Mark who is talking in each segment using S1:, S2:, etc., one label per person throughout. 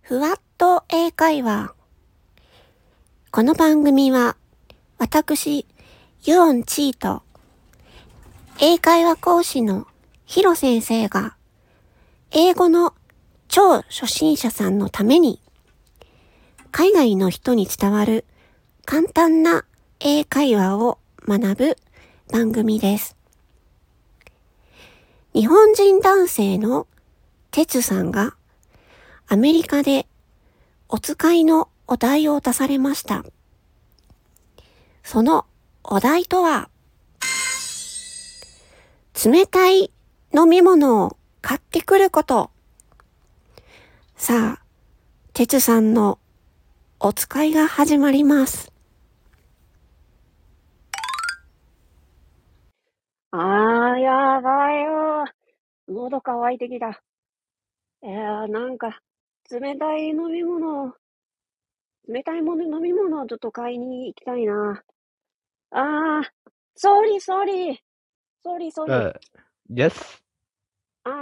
S1: ふわっと英会話。この番組は、私、ユオンチーと、英会話講師のヒロ先生が、英語の超初心者さんのために、海外の人に伝わる簡単な英会話を学ぶ番組です。日本人男性のてつさんがアメリカでお使いのお題を出されました。そのお題とは、冷たい飲み物を買ってくること。さあ、てつさんのお使いが始まります。あー、やばいよー。喉乾いてきた。いやー、なんか、冷たい飲み物を、冷たいもの、飲み物をちょっと買いに行きたいな。あー、sorry, sorry, sorry, sorry.
S2: Uh, yes.
S1: あー、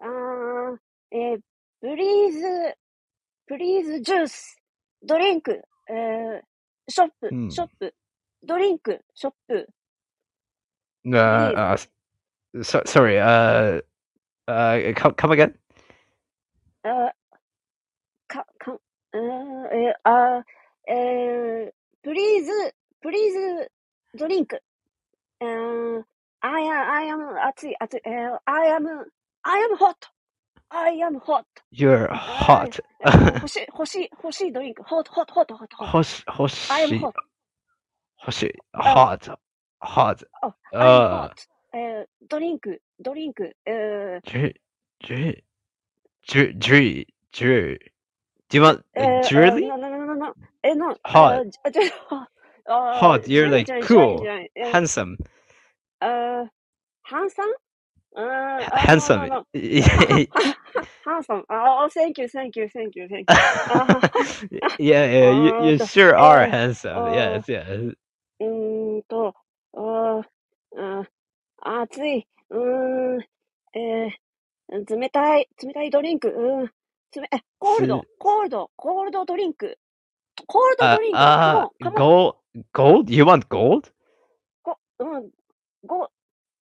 S1: あー、えー、please, please juice, drink, えー、ショップ、
S2: うん
S1: ショップ、ドリンク、ショップ。
S2: Uh, uh, s- so, sorry. Uh, uh, come, come again.
S1: あ、か、か、うーん、え、あ、えー、please, please drink. うーん、I am, I am, 熱い、熱い、えー、I am, I am hot. I am hot.
S2: You're hot.
S1: えー欲し い、欲しい、欲しいドリンク。hot, hot, hot, hot, hot.
S2: Hosh, hosh,
S1: I am Oh, hot.
S2: hosh, hot, hot.
S1: Oh, I am
S2: Uh,
S1: hot. えー、ドリンク、ドリンク、え
S2: dr- dr- dr- dr- dr- Do you want
S1: ー、え
S2: uh,
S1: ー、
S2: jewelry?
S1: な、な、な、な、な、え、な、
S2: Hot.
S1: えーじゃじゃあー
S2: Hot, you're
S1: じゃ
S2: like
S1: じゃじゃ
S2: cool,
S1: じゃえー
S2: handsome,
S1: あー、ハンサムあ
S2: h-
S1: ー、あー、
S2: handsome.
S1: まあま あ、ハンサム。あー、thank you, thank you, thank you, thank you. あ
S2: yeah, yeah, you, you
S1: Uh,
S2: sure are
S1: uh,
S2: handsome. Yes, yes.
S1: ー、うーんと、あー、あー、暑い。うーん、えー、冷たい、冷たいドリンク。うーん、冷、え、コールド、コールド、コールドドリンク。コールド
S2: Uh,
S1: ドリンク。カモ
S2: uh,
S1: ン、カモン、
S2: gold, gold. You want gold?
S1: ゴ、うん、ゴ、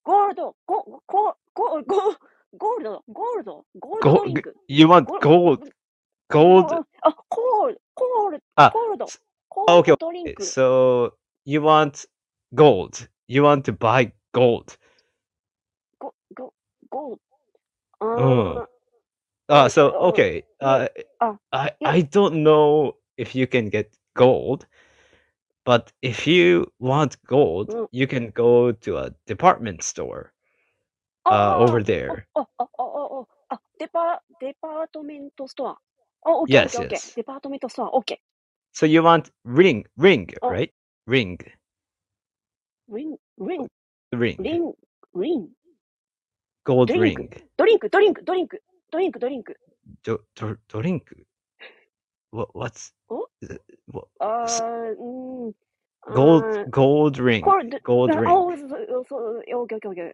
S1: ゴールド、ゴ、ゴ、ゴ、ゴ、ゴールド、ゴールド、ゴールドド
S2: Gold.
S1: リンク。
S2: You want
S1: ゴ
S2: gold? Gold.
S1: あ、コール、コール、
S2: あ
S1: コールド、
S2: s-
S1: コ
S2: あ
S1: ール
S2: okay,
S1: ドドリンク。
S2: Eh, So you want gold? You want to buy gold?
S1: ゴ、ゴ、ゴール。
S2: うん
S1: あー
S2: Uh, so
S1: Oh,
S2: okay. Uh,
S1: ah,
S2: I
S1: yeah.
S2: I don't know if you can get gold, but if you want gold,
S1: Mm.
S2: you can go to a department store. Uh,
S1: あ
S2: over
S1: ー、
S2: there.
S1: あ、あ、あ、あ、あ、あ、デパ、デパートメントストア。あ、オッケー、オッ
S2: Yes,
S1: ケー、オッケー。
S2: yes.
S1: デパートメントストア、オッケ
S2: So you want ring, ring,
S1: Oh.
S2: right? Ring,
S1: ー。リン、リン、リ
S2: ring,
S1: ン、リン。ド
S2: gold
S1: リンク
S2: ring.
S1: ドリンク、ドリンク、ドリンク、ドリンク、ドリンク。
S2: Do, do, drink. What what's
S1: Oh.
S2: uh, what,
S1: あ
S2: す
S1: ー、うーん。
S2: gold
S1: あー、
S2: gold ring
S1: コールド、
S2: gold
S1: あ、お
S2: ring
S1: そうそう、そう、オッケー、オッケー、オッケー。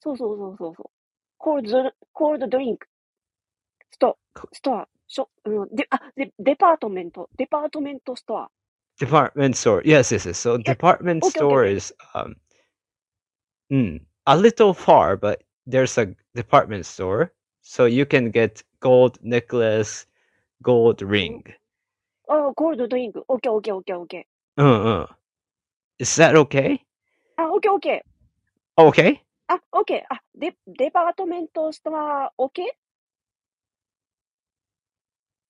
S1: そうそうそうそうそう。コールド、コールドドリンク。スト、
S2: Co-
S1: ストア、ショ、うん、で、あ、で、デパートメント、デパートメントストア。
S2: department store yes yes, yes. so
S1: え、オッケ
S2: department
S1: ーオッケーオッ
S2: store
S1: ケー。
S2: is um mm, a little far but there's a department store so you can get gold necklace gold
S1: うん
S2: ring
S1: あ、ゴールドドリンク。オッケーオッケーオッケーオッケ
S2: uh, uh. is that okay
S1: ー。あ、オッケーオッケー。
S2: okay
S1: あ、オッケー。あ、デ、デパートメントストア、オッケ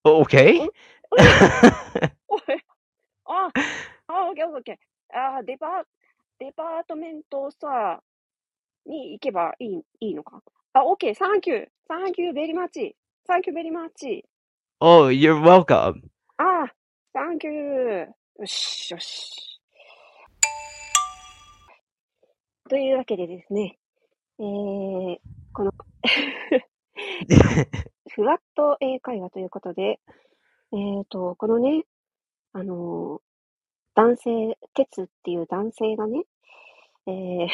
S1: ー
S2: okay
S1: おおい、 おい、あ、あ、オッケーオッケー。あ、デパ、デパートメントストアに行けばいい、いいのか。あ、オッケー。サンキュー。サンキューベリマッチ。サンキューベリマッチ。
S2: oh you're welcome
S1: あ、サンキュー。よし、よし。というわけでですね。えー、このふわっと英会話ということで、えっと、このね、あのー男性、鉄っていう男性がね、えー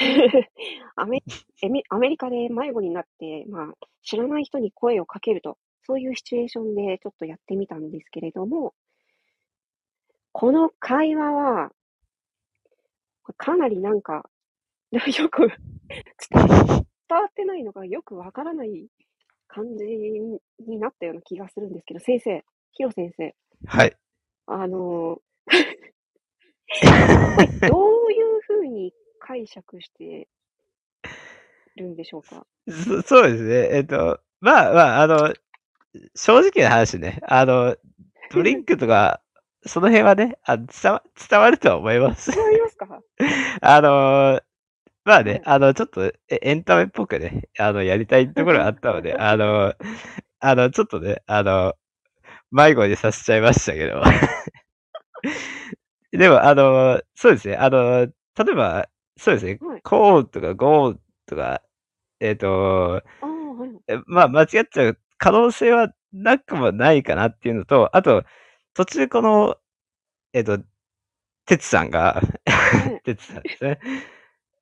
S1: アメエミアメリカで迷子になって、まあ、知らない人に声をかけると。そういうシチュエーションでちょっとやってみたんですけれども、この会話は、かなりなんか、よく伝わってないのがよくわからない感じになったような気がするんですけど、先生、ヒロ先生、
S2: はい。
S1: あの ーどういうふうに解釈してるんでしょうか
S2: そそうですね。えっと、まあまあ、あの、正直な話ね、あの、ドリンクとか、その辺はね、あの伝わ伝わるとは思います。
S1: 伝わりますか
S2: あのーまあ
S1: はい
S2: ね、あの、ちょっとえエンタメっぽくね、あの、やりたいところはあったので、あの、あの、ちょっとね、あの、迷子にさせちゃいましたけど。 でも、あの、そうですね、あの、例えば、そうですね
S1: はい、
S2: こうとかゴーとか、えっ、と、
S1: ああ、はい。
S2: えまあ、間違っちゃう可能性はなくもないかなっていうのと、あと、途中この、えっ、と、てつさんが、
S1: はい
S2: てつさんで すね。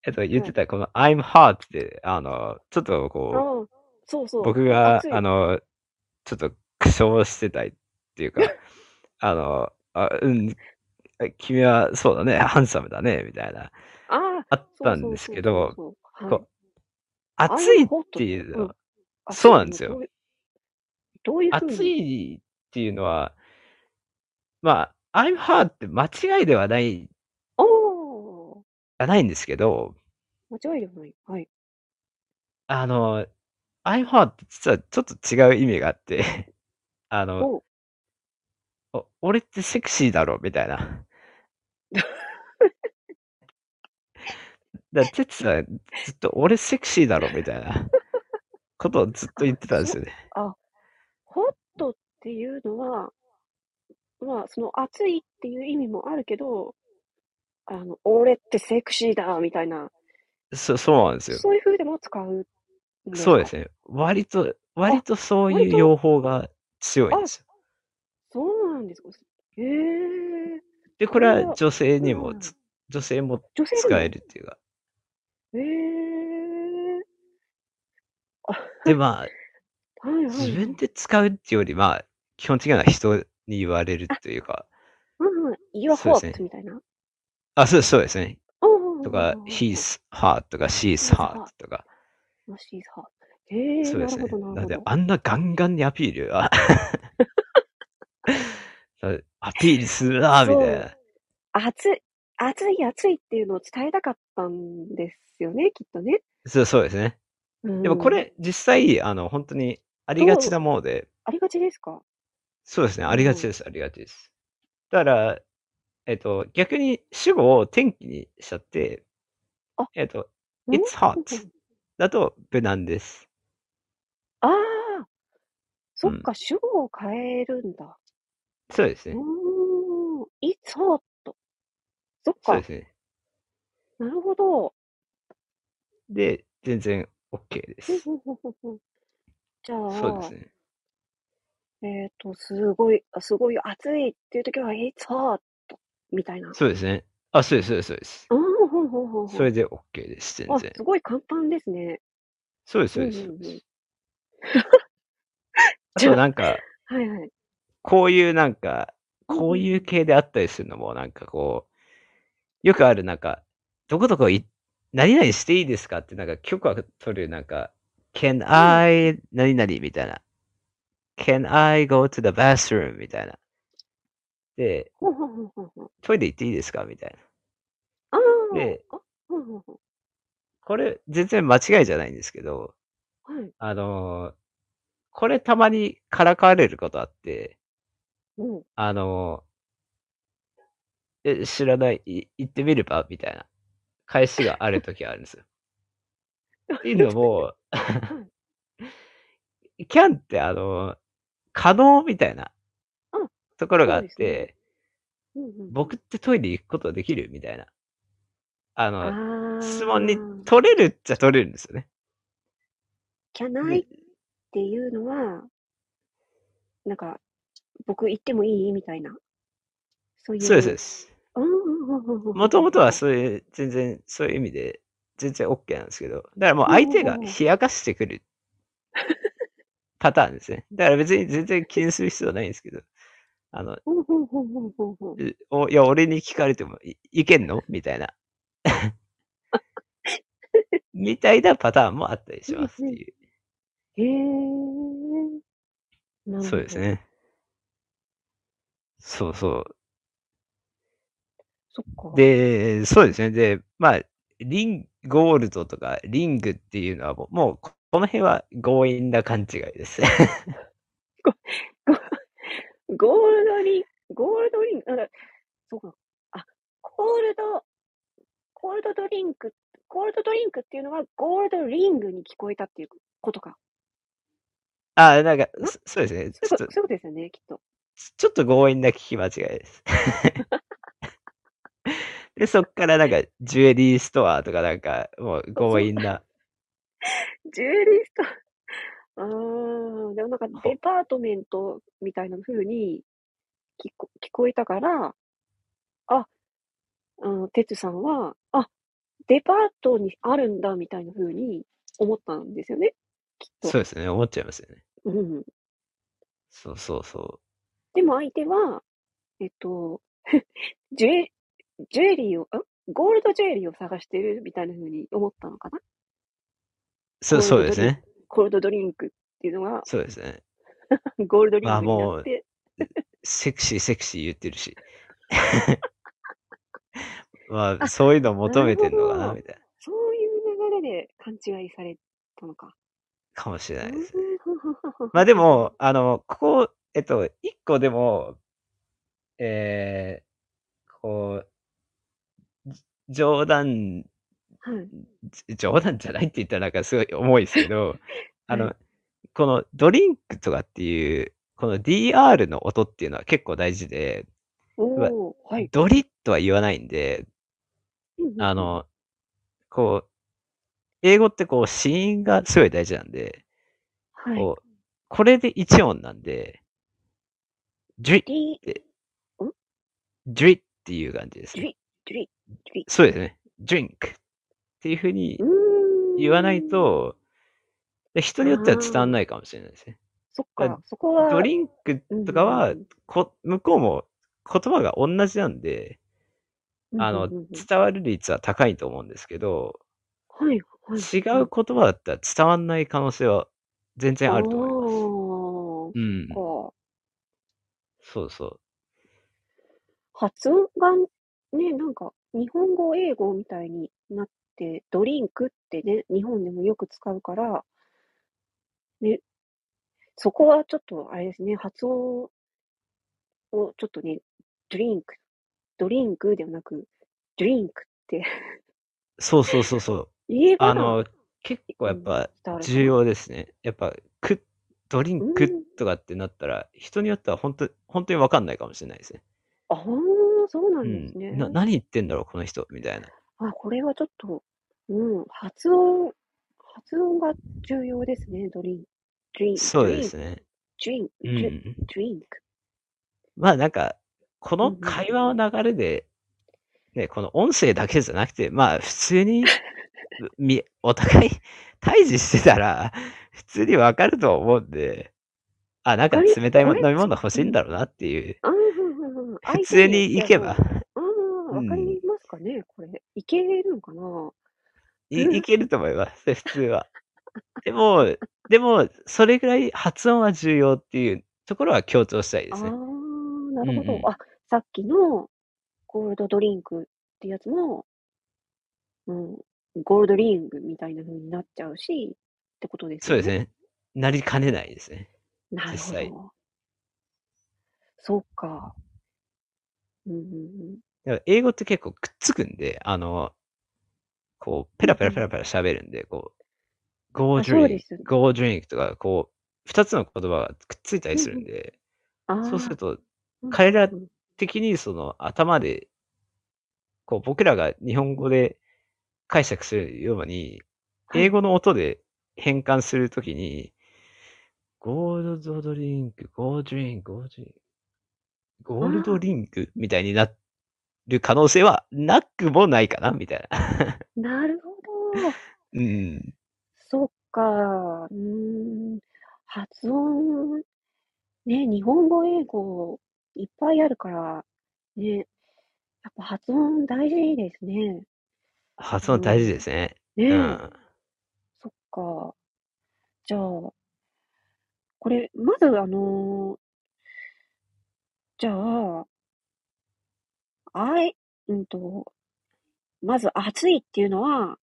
S2: えっと、言ってた、この I'm hot って、あの、ちょっと
S1: あ
S2: こ、
S1: あ、そうそうう。
S2: 僕が
S1: 熱、い
S2: あの、ちょっと苦笑してたいっていうか、あの、あうん、君はそうだね、ハンサムだね、みたいな、
S1: あ
S2: あっ
S1: あ、
S2: たんですけど、
S1: そうそうそうそう
S2: こ
S1: はい
S2: う暑いっていうのは、
S1: あ
S2: そうなんです
S1: ど
S2: よ
S1: ういうどういうふうに
S2: 暑いっていうのは、まあ、I'm hot って間違いではない、
S1: おお
S2: はないんですけど、
S1: 間違いではない。はい。
S2: あの、I'm hot って実はちょっと違う意味があって、 あの、
S1: お
S2: お俺ってセクシーだろみたいな。だてつさん、ずっと俺セクシーだろみたいなことをずっと言ってたんですよね。
S1: ホットっていうのは、まあ、その暑いっていう意味もあるけど、あの、俺ってセクシーだみたいな、
S2: そそうなんですよ。
S1: そういうふうでも使うんです
S2: そうです
S1: ね。
S2: ね。割と、割とそうい
S1: 割
S2: う
S1: と
S2: 用法が強いんですよ。
S1: そうなんですか。へえ
S2: で、こ
S1: こ
S2: れ
S1: れ
S2: は
S1: は
S2: 女性にも
S1: うん、
S2: つ女性も
S1: 女性でも
S2: 使えるっていうか。
S1: へえ
S2: で、まあ、
S1: はいはいはい。
S2: 自分で使うっていうより、まあ、基本的には人に言われるっていうか、
S1: うんうん。You're
S2: そうです
S1: hot みたいな。
S2: あ、そうそうですね。
S1: うんうんうんうん
S2: とか、he's hot とか、she's
S1: He's
S2: hot
S1: hot
S2: とか、
S1: もしさ。へえ
S2: そう
S1: な
S2: です
S1: る
S2: ね
S1: ほど、。な
S2: なんで
S1: るほ、ど。
S2: あんなガンガンにアピール、あアピールするな、みたいな。
S1: 暑い、暑い、暑いっていうのを伝えたかったんですよね、きっとね。
S2: そうそうですね。
S1: で
S2: でもこ、れ、実際、あの、本当にありがちなもので、
S1: ありがちですか
S2: そうですね、
S1: ん
S2: ありがちです、ありがちです。だから、えっと、逆に主語を天気にしちゃって
S1: あ、
S2: えっと、
S1: うん
S2: it's hot だと無難です。
S1: ああそっか、主語を変えるんだ。
S2: そうです
S1: うー
S2: ね。
S1: ん、いつほっと。そっ
S2: そう
S1: か
S2: で、すね。
S1: なるほど。
S2: で、全然 OK で
S1: ふん
S2: す。
S1: ふんふんふんふんじゃ
S2: そうで
S1: あ
S2: す、ね。
S1: えっと、すごい、あすごい暑いっていう時は、いつほっと、みたいな。
S2: そうですね。あ、そうです、そうです、そうです。
S1: うん、ほんほんほんほ
S2: そ
S1: ん。
S2: れで OK です、全
S1: あ、
S2: 然
S1: す。ごい簡単ですね。
S2: そうです、そうです。
S1: うん
S2: そう
S1: うんうん
S2: ですあ
S1: じゃあ
S2: となんか、
S1: はいはい。
S2: こういうなんか、こう
S1: うん
S2: い
S1: うん
S2: う系であったりするのも、なんかこう、よくあるなんか、どこどこい、何々していいですかってなんか許可取るなんか、can I 何々みたいな。can I go to the bathroom みたいな。で、
S1: ほんほんほんほんほん。
S2: トイレ行っていいですかみたいな。
S1: ああ。
S2: で
S1: あ、ほんほんほん。
S2: これ全然間違いじゃないんですけど、
S1: はい。
S2: あのーこれたまにからかわれることあって、
S1: うん。
S2: あのーえ、知らない、い行ってみればみたいな返しがあるときあるんですよ。っていうのも、 キャンってあのー可能みたいな
S1: うん
S2: ところがあっ
S1: そうで
S2: て、
S1: うんうん、
S2: 僕ってトイレ行くことできるみたいな。あ
S1: あ
S2: の、
S1: ー
S2: 質問に取れるっちゃ取れるんですよね。
S1: キャナイっていうのは、なんか、僕行ってもいいみたいな。そういう。
S2: そうです、そうです。
S1: うんうんうんうんうん。
S2: もともとはそういう、全然、そういう意味で、全然 OK なんですけど、だからもう相手が
S1: おー
S2: 冷やかしてくるパターンですね。だから別に全然気にする必要はないんですけど、あの、
S1: ほうほうほうほうほうほう
S2: えおいや、俺に聞かれても、いいけんのみた いな。みたいなパターンもあったりしますってい
S1: へーな
S2: う。
S1: るほど
S2: そうですね。そうそう。
S1: そっか。
S2: で、そうですね。で、まあ、リン、ゴールドとかリングっていうのはもう、もうここの辺は強引な勘違いです。
S1: ゴールドリン、ゴールドリンク、なんか、そうか。あ、ゴールド、ゴールドドリンク、ゴールドドリンクっていうのはゴールドリングに聞こえたっていうことか。
S2: ああ、なんか、そそうですね。
S1: そう
S2: ち
S1: そ
S2: ょっと
S1: う、そうですよね、きっと。
S2: ちょっと強引な聞き間違いです。 で、そっからなんか、ジュエリーストアとかなんか、もう強引な、
S1: ジュエリスト。あー、でもなんかデパートメントみたいな風に聞こ聞こえたから、あ、うん、てつさんは、あ、デパートにあるんだみたいな風に思ったんですよね、きっと。
S2: そうですね。思っちゃいますよね。
S1: うん。
S2: そうそうそ
S1: でも相手は、えっと、 ジュエ、ジュエリーを、んゴールドジュエリーを探してるみたいな風に思ったのかな
S2: う。
S1: こ
S2: そ
S1: ういうこと
S2: うそうです
S1: で
S2: ね。
S1: ゴールドドリンクっていうのが、
S2: そうですね。
S1: ゴールドリン
S2: ま
S1: ク
S2: あ
S1: に
S2: も
S1: な
S2: う
S1: って、
S2: セクシーセクシー言ってるし。 まあ、そういうの求めてん
S1: な
S2: のか
S1: るほ
S2: な、
S1: ど
S2: みたいな。
S1: そういう流れで勘違いされたのか。
S2: かもしれないですね。
S1: うん
S2: まあでも、あの、ここ、えっと、一個でも、えー、こう、じ冗談、
S1: はい、
S2: じ冗談じゃないって言ったらなんかすごい重いですけど、あ
S1: は
S2: の、このドリンクとかっていう、この DR の音っていうのは結構大事で、
S1: おー、 はい。
S2: ドリッとは言わないんで、あの、こう、英語ってこう、子音がすごい大事なんで、
S1: うんうんうん、はい。
S2: こう、これで一音なんで、ジュリ、
S1: リ
S2: ジュリっていう感じです
S1: ジュ
S2: ね。
S1: リジュリジュリ。
S2: そうですね。ドリンクっていうふうに
S1: うーん
S2: 言わない、と、人によっては伝わんないかもしれないですね。
S1: そっか
S2: あ、
S1: そこは、
S2: ドリンクとかは
S1: うんうん
S2: こ、向こうも言葉が同じなんで、
S1: うん、
S2: あの
S1: うんうんうん、
S2: 伝わる率は高いと思うんですけど、
S1: はい、はい。
S2: 違う言葉だったら伝わんない可能性は全然あると思います。
S1: 思
S2: うん。
S1: こ
S2: そうそう。
S1: う、発音がね、なんか、日本語、英語みたいになって、ドリンクってね、日本でもよく使うから、ね、そこはちょっと、あれですね、発音をちょっとね、ドリンク、ドリンクではなく、ドリンクって、
S2: そうそうそうそう。
S1: 言えば
S2: あの、結構やっぱ
S1: 伝わる
S2: 重要ですね。やっぱ、く、ドリン
S1: うん
S2: クとかってなったら、人によっては本当、本当にわかんないかもしれないですね。
S1: ああ、そうな
S2: うん
S1: ですね。
S2: ん。な、何言ってんだろう、この人、みたいな。
S1: あ、これはちょっと、うん、発音、発音が重要ですね、ドリン、ドリン、
S2: そうですね。
S1: ドリン、
S2: う
S1: ドリン、
S2: ん。
S1: ドリンク。
S2: まあなんか、こ
S1: うん
S2: の
S1: うん
S2: 会話の流れで、ね、この音声だけじゃなくて、まあ普通に、み、お互い対峙してたら、普通にわかると思うんで、あ、なんか
S1: これ
S2: 冷たいも
S1: これ
S2: 飲み物欲しいんだろうなっていう、
S1: あーうんうんうん
S2: 普通に行けば、
S1: ああー、わかりますかね、これ。いけるのかな
S2: いいけると思います、普通は。でも、でも、それぐらい発音は重要っていうところは強調したいで
S1: ああ
S2: すね。
S1: ー、なるほど。
S2: うんうん
S1: あ、さっきのゴールドドリンクってやつも、うん、ゴールドリングみたいな風になっちゃうし、ってことです
S2: そう
S1: よ
S2: ですね。なりかねないですね。
S1: なる
S2: 実
S1: ほ
S2: 際
S1: ど。そうか。うんうんうん。
S2: だから英語って結構くっつくんで、あの、こう、ペラペラペラペラ喋るんで、こう、go
S1: あそうで
S2: drink,
S1: すよね
S2: go drink とか、こう、二つの言葉がくっついたりするんで、
S1: ああ、
S2: そうすると、
S1: うん
S2: 彼ら
S1: うん
S2: 的にその頭で、こう、僕らが日本語で解釈するように、
S1: はい
S2: 英語の音で変換するときに、ゴールドドリンク、ゴードリンク、ゴードリンク、ゴールドリンクみたいになる可能性はなくもないかな、みたいな。
S1: なるほど。
S2: うん。
S1: そっか。うーん。発音、ね、日本語、英語、いっぱいあるから、ね、やっぱ発音大事ですね。
S2: 発音大事ですね。
S1: ね
S2: う
S1: え、
S2: ん。
S1: そっか。じゃあ、これ、まず、あのーじゃあ、I、うんと、まず、暑いっていうのは、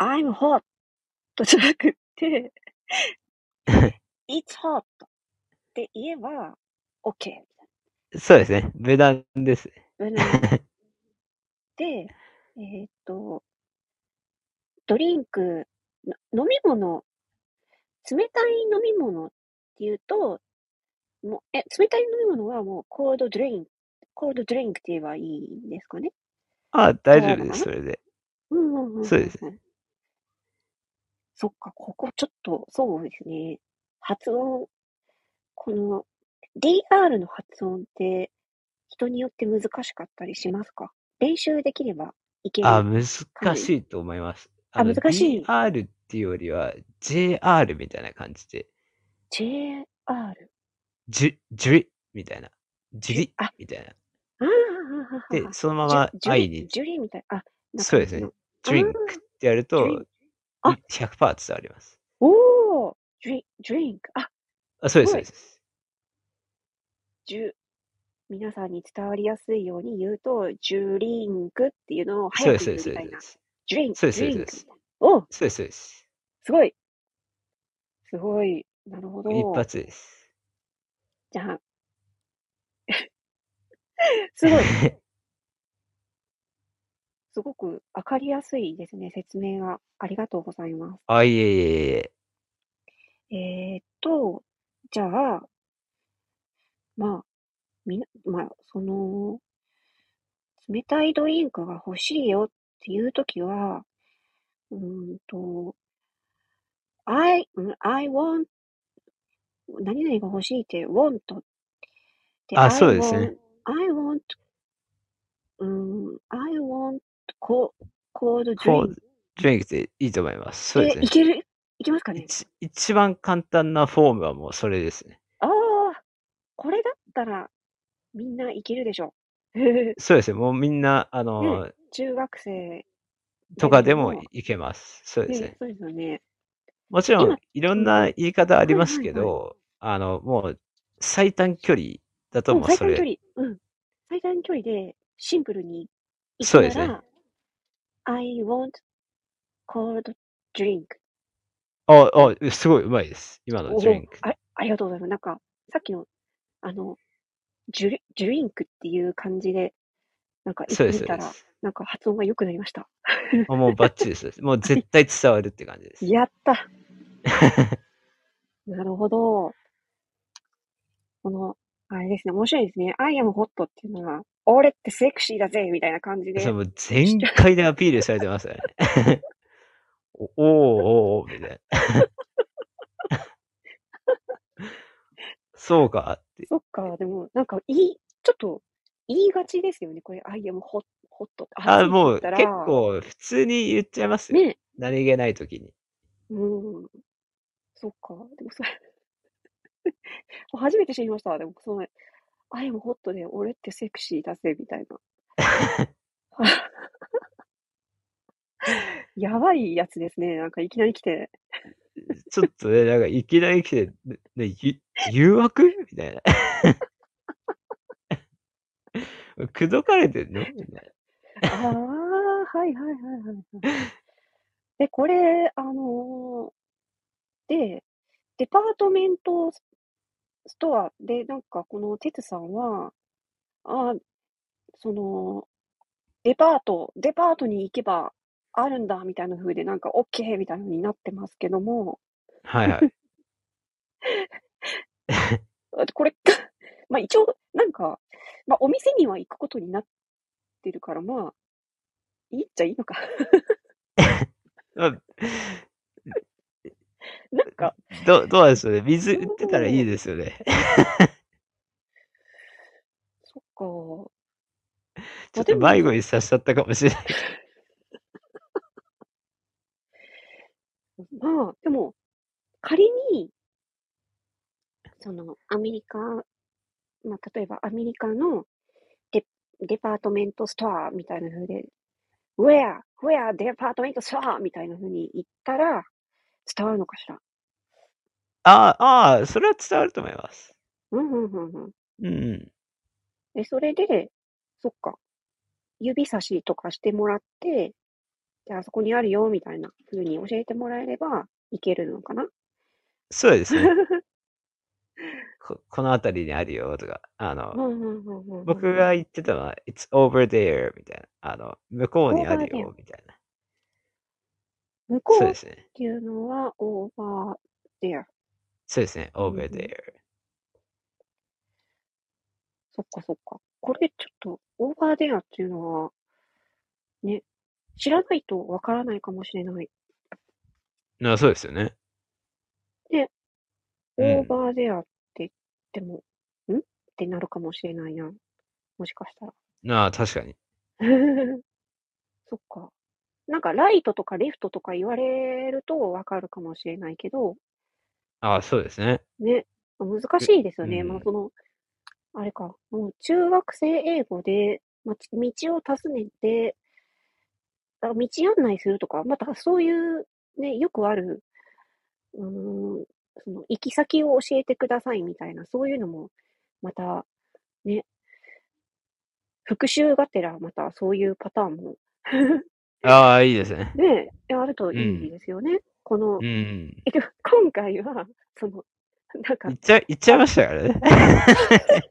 S1: I'm hot とじゃなくって、It's hot って言えば、OK み
S2: そうですね。無断です。
S1: たいな。うんで、えーっと、ドリンク、の飲み物、冷たい飲み物っていうと、もう、え、冷たい飲み物はもう、コールドドリンク、コールドドリンクって言えばいいんですかね。
S2: あ大丈夫です。それで。
S1: うんうんうんうん。
S2: そうです
S1: ね。そっか、ここちょっと、そうですね。発音、この DR の発音って人によって難しかったりしますか練習できればいける。
S2: あ、難しいと思います。
S1: あ
S2: の
S1: 難しい
S2: DR っていうよりは JR みたいな感じで、
S1: JR。
S2: ジュ、ジュリみたいな。ジュリ
S1: あ
S2: みたいな。
S1: ああ、
S2: で、そのま
S1: あ
S2: ま
S1: ジュ
S2: 愛に
S1: ジュリーみたい。あ、なんか
S2: そうですね
S1: の。
S2: ドリンクってやる
S1: ジ
S2: と
S1: ュリンクあ
S2: 100%伝わります。
S1: おージュリ、ジュリンク。あ、
S2: あ、そうです、
S1: す
S2: そ
S1: ご
S2: う
S1: い
S2: です。
S1: ジュ、皆さんに伝わりやすいように言うと、ジュリンクっていうのを
S2: そう
S1: 早
S2: で
S1: く
S2: す、
S1: 言
S2: そう
S1: うみた
S2: です、そう
S1: い
S2: で
S1: な。
S2: す。
S1: ジュリンク、
S2: そうです
S1: ジュリンク
S2: そうです。
S1: おー
S2: そうです、そうです。
S1: すごい。すごい。なるほど。
S2: 一発です。
S1: じゃあ。 すごい。すごくわかりやすいですね。説明が。ありがとうございます。
S2: あ、いえいえいえ。
S1: えーっと、じゃあ、まあ、みな、まあ、その、冷たいドリンクが欲しいよっていうときは、うーんと、I, うん I want, 何々が欲しいって、want で
S2: あ
S1: I
S2: そうですね
S1: want- I want, うーん、I want cold, cold drink.
S2: こう、ドリンクでいいと思います。そうです
S1: え
S2: ね
S1: い。ける、いけますかね
S2: 一一番簡単なフォームはもうそれですね。
S1: ああ、これだったらみんないけるでしょ。
S2: そうですね。もうみんな、あの、
S1: 中学生
S2: とかでも
S1: レベルの
S2: いけます。そうです
S1: ね
S2: ね。
S1: そうですよね。
S2: もちろ
S1: 今
S2: ん、いろんな言い方あります
S1: はいは
S2: け
S1: いはい
S2: ど、あの、もう、最短距離だと
S1: うん
S2: もう
S1: 最
S2: そ
S1: 短距
S2: れ、
S1: 離、うん。最短距離でシンプルに行
S2: そう
S1: く
S2: です
S1: な
S2: ね
S1: ら、I want cold drink.
S2: あ、あ、すごい、うまいです。今のドリンク。
S1: おおあありがとうございます。なんか、さっきの、あの、ジュリジュリンクっていう感じで、なんか、
S2: そうです。
S1: 見
S2: そ
S1: た
S2: うで
S1: ら、
S2: す
S1: なんか発音が良くなりました。
S2: あもうバッチリ です。もう絶対伝わるって感じです。
S1: や った。なるほど。この、あれですね、面白いですね。I am hot っていうのは、俺ってセクシーだぜみたいな感じで
S2: それ。もう全開でアピールされ てますよね。おおーおーおーみたいな。 そうかって。
S1: そっか、でも、なんか、言い、ちょっと、言いがちですよね。これ、I am hot, hot って。
S2: あ、
S1: 暑
S2: もう
S1: いって言っ
S2: 結
S1: たら。
S2: 構普通に言っちゃいますよ。
S1: ね。
S2: 何気ない時に。
S1: うん。そっか。でも、それ 初めて知りました。でも、その、I am hot で、俺ってセクシーだぜみたいな。 やばいやつですね。なんか、いきなり来て。
S2: ちょっとね、なんかいきなり来て、ねね、ゆ誘惑み たいな。くどかれてんのみたい
S1: ああ、はいはいはいはいはい。で、これ、あのーで、デパートメントスストアで、なんかこのテツさんは、あーその、デパート、デパートに行けばあるんだ、みたいな風で、なんか OK みたいなのになってますけども、
S2: な。はいはい。
S1: あこれ、 まあ一応、なんか、まあお店には行くことになってるから、まあ、いいっちゃいいのか。
S2: まあ
S1: なんか、
S2: どどうなんですよね。水売ってたらいいですよね。
S1: そっか。
S2: ちょっと迷子にさせちゃったかもしれない。
S1: まあ、でも、仮に、そのアメリカ、まあ、例えばアメリカのデデパートメントストアみたいな風で、Where? Where? デパートメントストアみたいな風に言ったら伝わるのかしら。
S2: ああ、ああ、それは伝わると思います。
S1: うんうんうんうん。
S2: うん。
S1: で、それで、そっか、指差しとかしてもらって、じゃあそこにあるよみたいな風に教えてもらえればいけるのかな。
S2: そうですね。 ここの辺りにあるよとか、あの、
S1: うんうんうんうんうん。
S2: 僕が言ってたのは、It's over there みたいな。あの、向こうにある
S1: Over
S2: よみたいな。
S1: 向こ
S2: そ
S1: う
S2: う
S1: っ
S2: ですね。
S1: ていうのはオーバー there。
S2: そうですね。over
S1: うん
S2: there。
S1: そっかそっか。これちょっと、オーバーデアっていうのは、ね、知らないとわからないかもしれない。
S2: なそうですよね。うん
S1: オーバーデアって言っても、んってなるかもしれないな。もしかしたら。
S2: なあ、確かに。
S1: そっか。なんか、ライトとかレフトとか言われるとわかるかもしれないけど、
S2: ああ、そうですね。
S1: ね、難しいですよね。
S2: うん
S1: まあ、その、あれか、もう中学生英語で、まあ、ち道を尋ねて、あ道案内するとか、またそういう、ね、よくある、うーん、その、行き先を教えてくださいみたいな、そういうのも、また、ね、復習がてら、またそういうパターンも、
S2: ああ、いいですね。
S1: ね、あるといいですよね。この
S2: う、ん。
S1: え 今回は、その、なんか
S2: 言っ、ちゃ、言っちゃいましたから ね。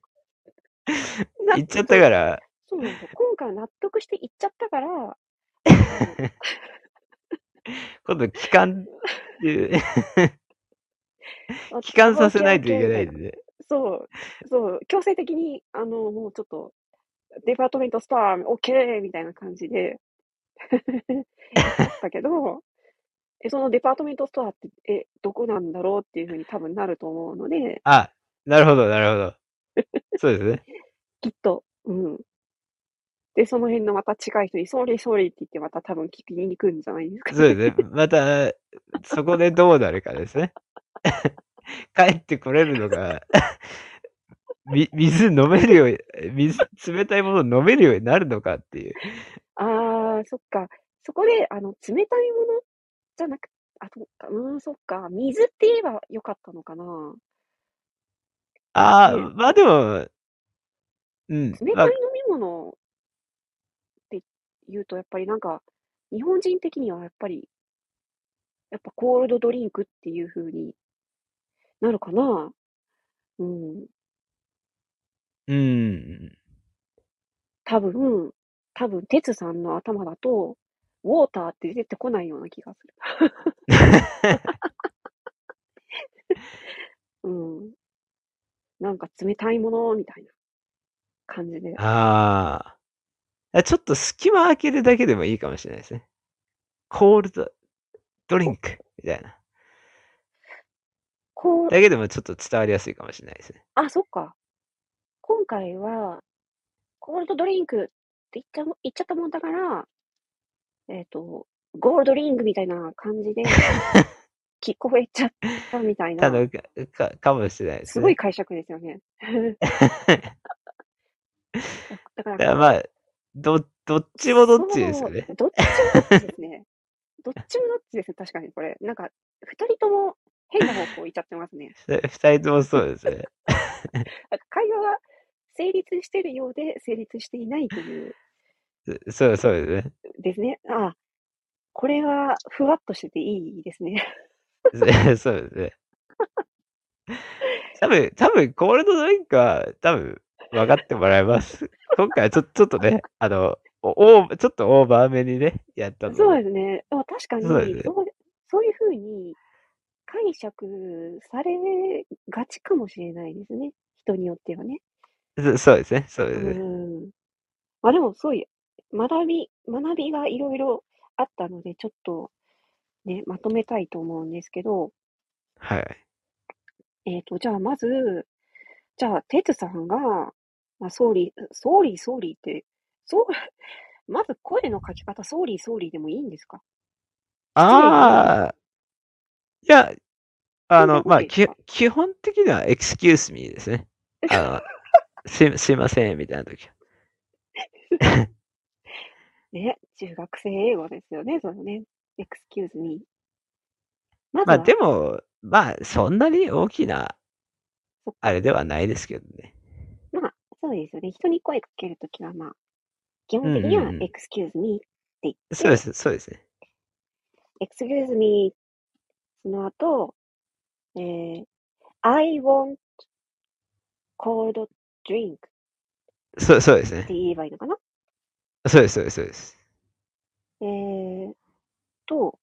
S2: 言っちゃったから、
S1: そうなんですよ。今回は納得して行っちゃったから、あの
S2: 今度帰還っていう、
S1: あ
S2: 帰還させないといけないんでね。
S1: そう、そう、強制的に、あの、もうちょっと、デパートメントストア、オッケーみたいな感じで、だったけど、えそのデパートメントストアって、え、どこなんだろうっていうふうに多分なると思うので、
S2: あ、なるほど、なるほど。そうですね。
S1: きっと、うん。で、その辺のまた近い人に、ソーリー、ソーリーって言って、また多分聞きに行くんじゃないですか。
S2: そうですね。また、そこでどうなるかですね。 帰ってこれるのか、み水飲めるように、水、冷たいものを飲めるようになるのかっていう。
S1: ああ、そっか。そこで、あの、冷たいものじゃなく、あ、そっか、うーん、そっか。水って言えばよかったのかな。
S2: ああ、
S1: ね
S2: まあでも、うん。
S1: 冷
S2: ま
S1: た
S2: あ
S1: い飲み物って言うと、やっぱりなんか、日本人的にはやっぱり、やっぱコールドドリンクっていう風になるかな。うん。
S2: うん。
S1: 多分、多分、哲さんの頭だと、ウォーターって出てこないような気がす る。うん。なんか冷たいものみたいな感じで。
S2: ああ。ちょっと隙間開けるだけでもいいかもしれないですね。コールドドリンクみたいな。
S1: こう、
S2: だけでもちょっと伝わりやすいかもしれないですね。
S1: あ、そっか。今回は、コールドドリンクって言っちゃも言っちゃったもんだから、えっ、と、ゴールドリンクみたいな感 じで、聞こえちゃったみたい
S2: た
S1: な、
S2: だ、かかもしれないです
S1: す
S2: ね。
S1: ごい解釈ですよね。だか、
S2: だかららまあ、ど、どっちもどっちですよね
S1: そう。どっちもどっちです ね。どっちもどっちですね、確かにこれ。なんか、二人とも変な方向行っちゃってますね。
S2: ふた二人ともそうですね。
S1: なんか会話が成立してるようで成立していないという
S2: そうそうですね。
S1: ですね。ああ、これはふわっとしてていいですね。
S2: そうそうですね。多分、多分、コールドドリンクは、多分、分かってもらえます。今回はちょ、ちょっとね、あの、おオーちょっとオーバーめにね、やったので。
S1: そうですね。まあ、確かに
S2: そ
S1: そうう
S2: ですね
S1: そういうふうに解釈されがちかもしれないですね。人によってはね。
S2: そそうですね、そう
S1: う
S2: ですね。
S1: ん。まあでも、そういう学び、学びがいろいろあったので、ちょっとね、まとめたいと思うんですけど、
S2: はい。
S1: えっと、じゃあ、まず、じゃあ、テツさんが、まあ、ソーリー、ソーリー、ソーリーって、そう、 まず声の書き方、ソーリー、ソーリーでもいいんですか
S2: ああ、いや、あの、
S1: そんな
S2: ま
S1: こと
S2: あ、
S1: 言
S2: き
S1: った
S2: 基本的には excuse me ですね。 あのすいすいません、みたいな時は。
S1: ね、中学生英語ですよね、そのね。excuse me. まず
S2: まあ、
S1: は、
S2: でも、まあ、そんなに大きな
S1: そっ、
S2: あれではないですけどね。
S1: そうですよね。人に声かけるときは、まあ、基本的に
S2: うん
S1: は
S2: うんうん
S1: excuse me って言って、
S2: そうです、そうですね。
S1: excuse me その後、えー、I want cold drink っ
S2: そうそうですね
S1: て。言えばいいのかな
S2: そうです、そうです、そうです。
S1: えー、と、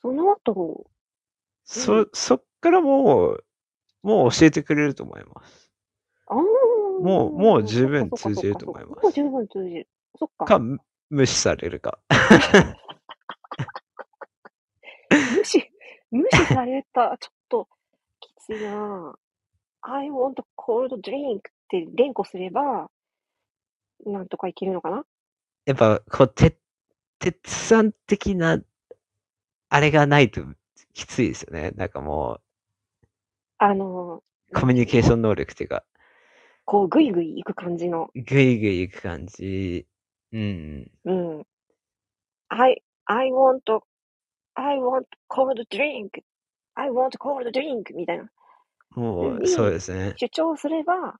S1: その後、う
S2: そ、そっからもう、もう教えてくれると思います。
S1: ああ、
S2: もうもう十分
S1: そっかそっかそっか
S2: 通じると思います
S1: もう十分通じる。そっか。
S2: か、む無視されるか。
S1: 無視、無視された。 ちょっと、きついなぁ。I want cold drink って連呼すれば、なんとかいけるのかな
S2: やっぱ、こう、て、鉄さん的な、あれがないときついですよね。なんかも
S1: あの、
S2: う、コミュニケーション能力っていうか、
S1: こう、ぐいぐい行く感じの。
S2: ぐいぐい行く感じ。うん。
S1: うん。I, I want, I want cold drink. I want cold drink みたいな
S2: も
S1: う
S2: う、
S1: ん
S2: そうですね。
S1: 主張すれば、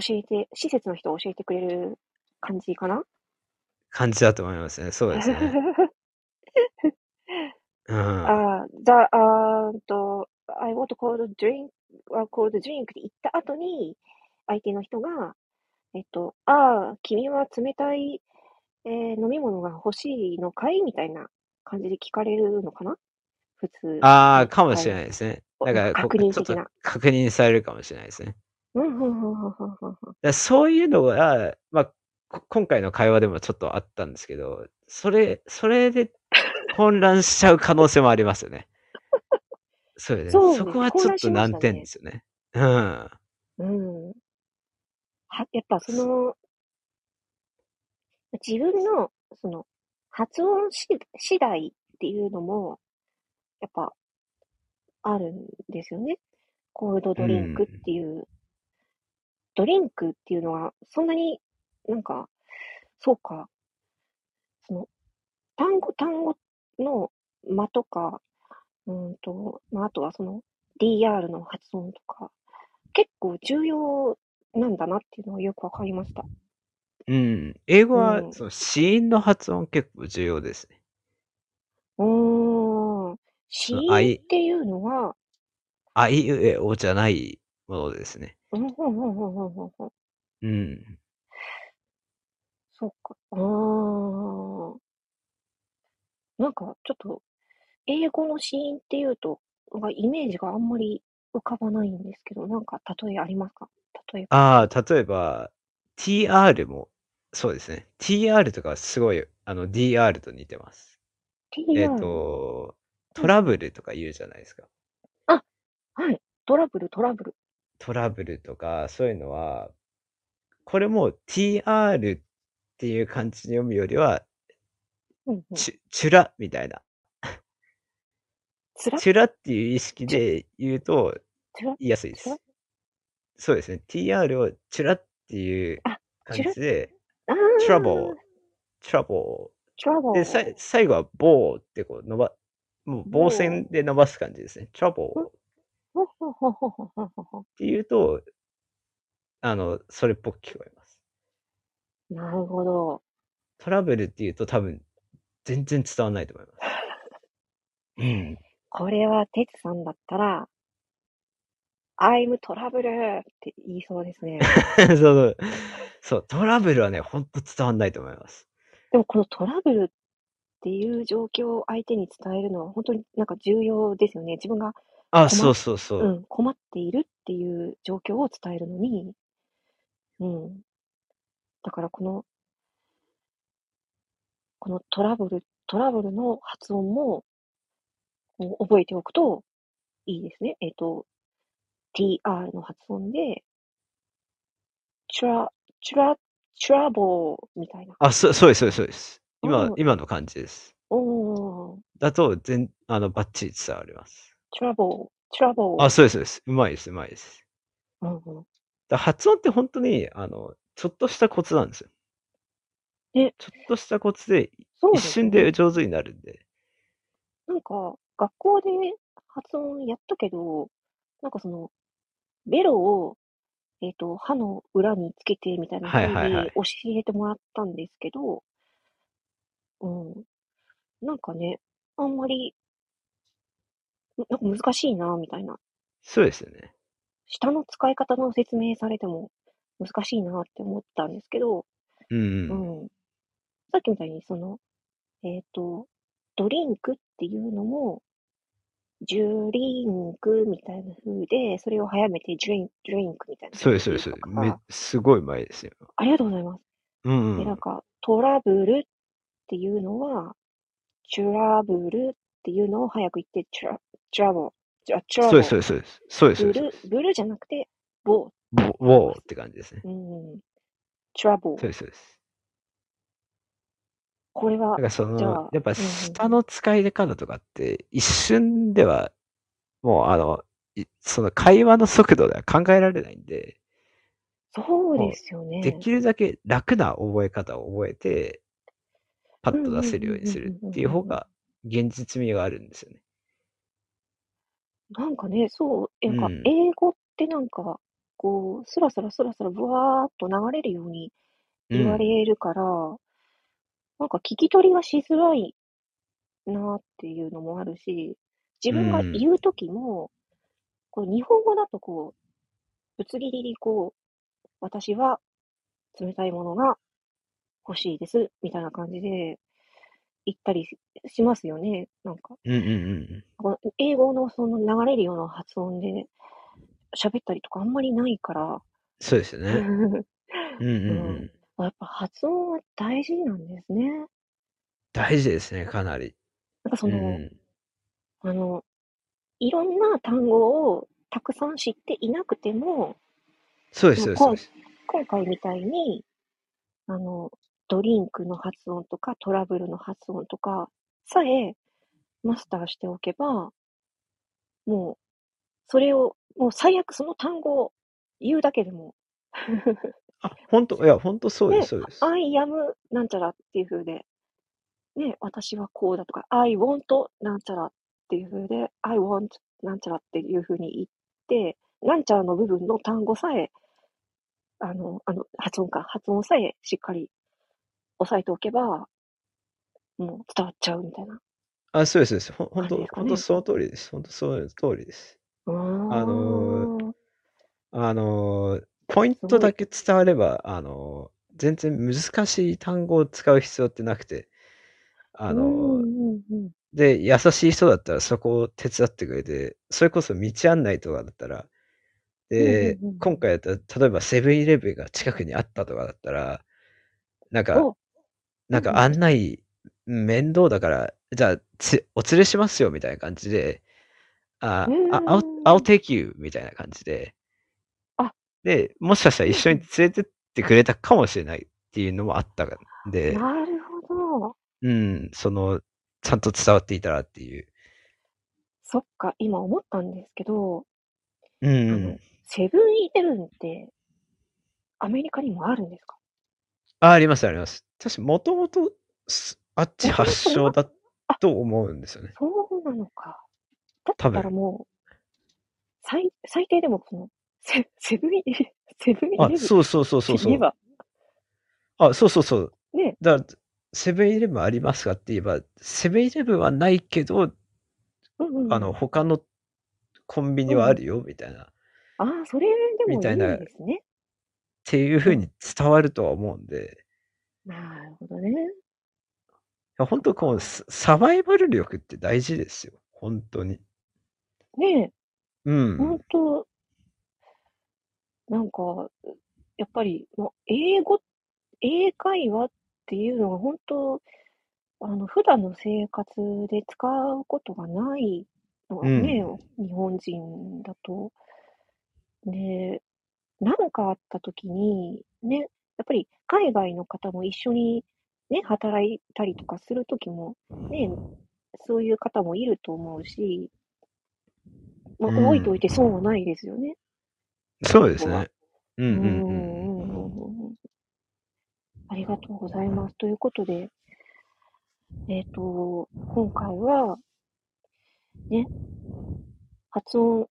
S1: 教えて、施設の人は教えてくれる感じかな
S2: 感じだと思いますね。そうですね。う ん。
S1: ああ、じゃあ、あーんと、I want cold drink, uh, cold drink って言った後に、相手の人が、えっと、ああ、君は冷たい、えー飲み物が欲しいのかいみたいな感じで聞かれるのかな普通。
S2: あ
S1: は
S2: あ、
S1: い
S2: かもしれないですね。
S1: お
S2: だから、
S1: 確
S2: こ
S1: 認
S2: ちょっと
S1: 的な
S2: 確認されるかもしれないですね。だか
S1: うんうんうんうんうんうんうん
S2: らそういうのが、まあ、こ今回の会話でもちょっとあったんですけど、それ、それで混乱しちゃう可能性もありますよね。そうよね。
S1: そうね
S2: そこは
S1: 混
S2: ちょっ
S1: 乱しま
S2: と
S1: したね
S2: 難点ですよね。うん。
S1: うん。は、やっぱその、自分の、その、発音し、次第っていうのも、やっぱ、あるんですよね。コールドドリンクっていう、ドリンクっていうのは、そんなになんか、そうか、その、単語単語の間とか、うんと、まあ、あとはその、DR の発音とか、結構重要なんだなっていうのはよくわかりました。
S2: うん。英語は、
S1: うん
S2: その、子音の発音結構重要ですね。
S1: うーん。死
S2: あ
S1: 因
S2: い
S1: っていうのは、
S2: あいうえおじゃないものですね。
S1: うんうんうんうんうんうんうん。
S2: うん。
S1: そっか。うーん。なんかちょっと、英語の死因っていうと、がイメージがあんまり浮かばないんですけど、なんか例えありますか例えば。
S2: ああ、例えば、TR も、そうですね。TR とかはすごい、あの、DR と似てます。えっ、
S1: TR。
S2: と、
S1: うん
S2: トラブルとか言うじゃないですか。
S1: はい。トラブル、トラブル。
S2: トラブルとか、そういうのは、これも TR っていう感じに読むよりは、
S1: うんうん。
S2: チュチュラみたいな。
S1: つら
S2: チュラっていう意識で言うと
S1: チュラ
S2: 言いやすいで
S1: チュラ
S2: す。そうですね。TR をチュラっていう
S1: あ
S2: 感じで、
S1: あー
S2: トラボー、トラボ
S1: トラボ
S2: ー。で、さい最後は棒ってこう伸ば、もう棒線で伸ばす感じですね。トラボーっ
S1: ほほほほほほほほ
S2: ていうと、あの、それっぽく聞こえます。
S1: なるほど。
S2: トラブルっていうと多分、全然伝わらないと思います。うん。
S1: これはテツさんだったら、I'm trouble って言いそうですね。
S2: そうそう。そう、トラブルはね、ほんと伝わんないと思います。
S1: でもこのトラブルっていう状況を相手に伝えるのは本当になんか重要ですよね。自分が、
S2: あ、
S1: 困
S2: そうそうそうう。
S1: ん、困っているっていう状況を伝えるのに、うん。だからこの、このトラブル、トラブルの発音もこう覚えておくといいですね。えっ、と、tr の発音で、チュラ、チュラ、チュラボーみたいな。
S2: あ、そうそうです、そうです、そうです。今
S1: うん、
S2: 今の感じです。
S1: おー、
S2: だと、全、あの、バッチリ伝わります。
S1: trouble, trouble.
S2: あ、そうです、そうです。うまいです、うまいです。
S1: うんうん
S2: だ発音って本当に、あの、ちょっとしたコツなんですよ。
S1: え
S2: ちょっとしたコツで、
S1: そう
S2: 一
S1: すね
S2: 瞬で上手になるんで。
S1: なんか、学校で発音やったけど、なんかその、ベロを、えっと、歯の裏につけてみたいな
S2: はい
S1: 感じ
S2: はいはい
S1: で教えてもらったんですけど、うん。なんかね、あんまり、なんか難しいな、みたいな。
S2: そうですよね。
S1: 舌の使い方の説明されても難しいなって思ったんですけど、
S2: うん、うん。
S1: うん。さっきみたいに、その、えっ、と、ドリンクっていうのも、ジュリンクみたいな風で、それを早めてジュリン、ジュリンクみたいな。
S2: そうです、そうです。めすごいうまいですよ。
S1: ありがとうございます。
S2: うん、う
S1: で、なん
S2: ん。
S1: か、トラブルっていうのは、チュラブルっていうのを早く言って、チュラ、チュラボ、チュラ、チュラ
S2: そう
S1: ボ
S2: です、そうです、そうです。そ
S1: ブ
S2: うです、そうで
S1: ル
S2: す。、
S1: ブルじゃなくて、ボ、
S2: ウォーって感じですね。
S1: うん、チュラボ
S2: そう。です、そうです。
S1: これ
S2: だ
S1: は
S2: か、らそ
S1: じゃ
S2: の
S1: あ、
S2: やっぱ
S1: うんうん
S2: 下の使い方とかって、一瞬では、もうあの、いその会話の速度では考えられないんで、
S1: そうですよね。
S2: できるだけ楽な覚え方を覚えて、パッと出せるようにするっていう方が、現実味があるんですよね。
S1: なんかね、そう、なんか
S2: うん
S1: 英語ってなんか、こう、スラスラスラスラ、ぶわーっと流れるように言われるから、なんか聞き取りがしづらいなっていうのもあるし、自分が
S2: うん
S1: 言うときも、こう日本語だとこう、ぶつ切りにこう、私は冷たいものが欲しいです、みたいな感じで言ったりししますよね、なんか。
S2: うんうんうん
S1: こう英語のその流れるような発音で喋ったりとかあんまりないから、
S2: そうです よね。
S1: や
S2: うんうんう
S1: うん
S2: ん。
S1: っぱ発音は大事なんですね。
S2: 大事ですね、かなり。
S1: なんかそ
S2: うん
S1: の、
S2: うん
S1: あの、いろんな単語をたくさん知っていなくても、
S2: そうです、そうですそうです。
S1: 今回みたいに、あの、ドリンクの発音とかトラブルの発音とかさえマスターしておけば、もう、それを、もう最悪その単語を言うだけでも、
S2: あ、本当いや、本当そうで
S1: ね
S2: す、そうです。
S1: I am なんちゃらっていう風で、ね、私はこうだとか、I want なんちゃらっていう風で、I want なんちゃらっていう風に言って、なんちゃらの部分の単語さえ、あの、あの、発音か、発音さえしっかり押さえておけば、もう伝わっちゃうみたいな。
S2: あ、そうです、そうです。ほん本
S1: あ
S2: 当
S1: れですかね
S2: 本当その通りです。本当その通りです。
S1: あ
S2: の
S1: ー、
S2: あのー、ポイントだけ伝われば、あのー、全然難しい単語を使う必要ってなくて、あの
S1: うん
S2: ー、
S1: うんうん、
S2: で、優しい人だったらそこを手伝ってくれて、それこそ道案内とかだったら、で
S1: うんうんうん、
S2: 今回だったら、例えばセブンイレブンが近くにあったとかだったら、なんか、
S1: お
S2: なん
S1: う
S2: か
S1: んうん
S2: 案内面倒だから、じゃあつお連れしますよみたいな感じで、あ、あ、I'll,
S1: うん
S2: I'll take you みたいな感じで
S1: あ、
S2: で、もしかしたら一緒に
S1: うん
S2: 連れてってくれたかもしれないっていうのもあったんで、
S1: なるほど。
S2: うん、その、ちゃんと伝わっていたらっていう。
S1: そっか、今思ったんですけど、あ
S2: うんう
S1: の
S2: ん。
S1: セブンイレブンって、アメリカにもあるんですか
S2: あ、ありますあります。確かもともとあっち
S1: 元々
S2: 発祥だ
S1: あ
S2: と思うんですよね。
S1: そうなのか。だっ
S2: 多
S1: た
S2: 分
S1: らもう、最、最低でもその、セ、セブンイレ、セブンイ
S2: あ
S1: レブ、ンっ
S2: そうそうそうそう
S1: て
S2: そ
S1: 言え
S2: う。
S1: ば、
S2: あ、そうそうそう。
S1: ね、
S2: だから、セブンイレブンありますかって言えば、セブンイレブンはないけど、
S1: うんうん。
S2: あの、他のコンビニはあるよ、みたいな、っ
S1: ああ、それでも
S2: みた
S1: いい
S2: い
S1: ん
S2: な
S1: ですね。
S2: ていうふうに伝わるとは思うんで、
S1: なるほどね。
S2: 本当こう、ササバイバル力って大事ですよ。本当に。
S1: ね
S2: う
S1: え、ほん
S2: ん。
S1: と、なんか、やっぱり、もう英語、英会話っていうのが本当、あの、普段の生活で使うことがないのがね、日本人だと。で、なんかあった時に、ね、やっぱり海外の方も一緒にね、働いたりとかするときも、ね、そういう方もいると思うし、まあ、
S2: うん
S1: 覚えておいて損はないですよね。
S2: そうですね。うんうん
S1: う
S2: う
S1: んう
S2: ん
S1: ん
S2: うん。
S1: うんうんありがとうございます。ということで、えっ、と、今回は、ね、発音、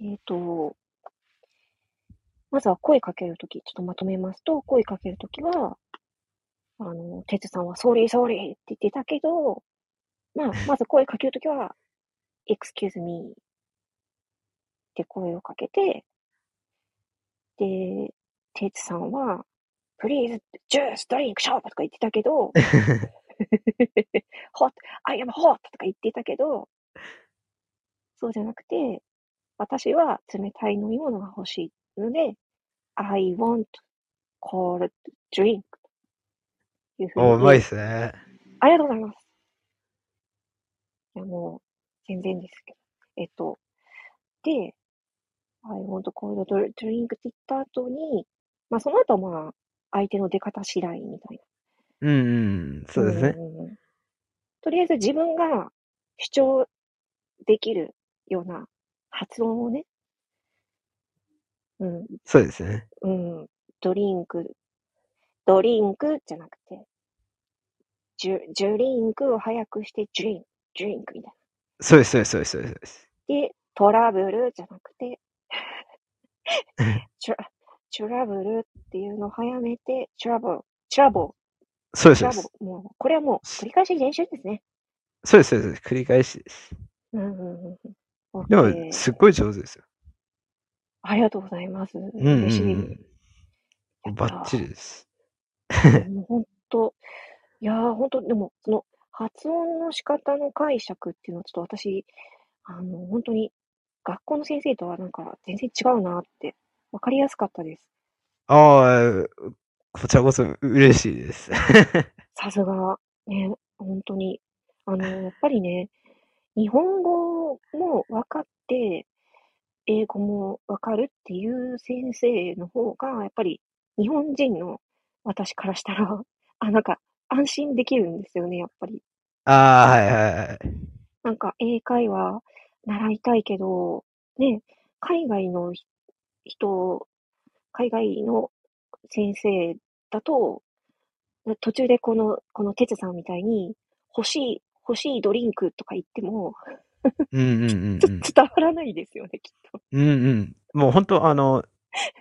S1: えっ、と、まずは声かけるとき、ちょっとまとめますと、声かけるときは、あの、てつさんは、ソーリーソーリーって言ってたけど、 まあ、まず声かけるときは、excuse me って声をかけて、で、テイツさんは、please just drink shot とか言ってたけ ど、hot, I am hot とか言ってたけど、そうじゃなくて、私は冷たい飲み物が欲しいので、I want cold drink というふうに
S2: おうまいっすね。
S1: ありがとうございます。いや、もう、全然ですけど。えっと、で、I want cold drink って言った後に、まあ、その後はまあ、相手の出方次第みたいな。
S2: うんうん。そうですね。
S1: んうんうん。とりあえず自分が主張できるような発音をね、うん、
S2: そうですね。
S1: うん、ドリンク、ドリンクじゃなくて、ジュ、ジュリンクを早くして、ジュリン、ジュリンクみたい
S2: そうです、そうです、そうですそうです。
S1: な。で、トラブルじゃなく て、チュラ、チュラブルっていうのを早めて、チュラブル、チュラブル、
S2: そうです、
S1: チ
S2: そ
S1: ュラ
S2: うで
S1: ブ
S2: す。
S1: ル。もう、これはもう、繰り返し練習ですね。
S2: そうです、そうです。繰り返しです。
S1: うんうんうんうん。
S2: で
S1: OK
S2: も、すっごい上手ですよ。
S1: ありがとうございます。
S2: うんうん、
S1: 嬉しい。
S2: うん。バッチリです。
S1: もう本当、いやー、本当、でも、その、発音の仕方の解釈っていうのは、ちょっと私、あの、本当に、学校の先生とはなんか、全然違うなって、わかりやすかったです。
S2: ああ、こちらこそ嬉しいです。
S1: さすが、ね、本当に。あの、やっぱりね、日本語も分かって、英語も分かるっていう先生の方が、やっぱり日本人の私からしたら、 あ、なんか安心できるんですよね、やっぱり。
S2: ああ、はいはいはい。
S1: なんか英会話習いたいけど、ね、海外のひ人、海外の先生だと、ね途中でこの、この哲さんみたいに、欲しい、欲しいドリンクとか言っても、
S2: うんうんうん
S1: つ 伝わらないですよね、きっと。
S2: うん。うんうん。もう本当、あの、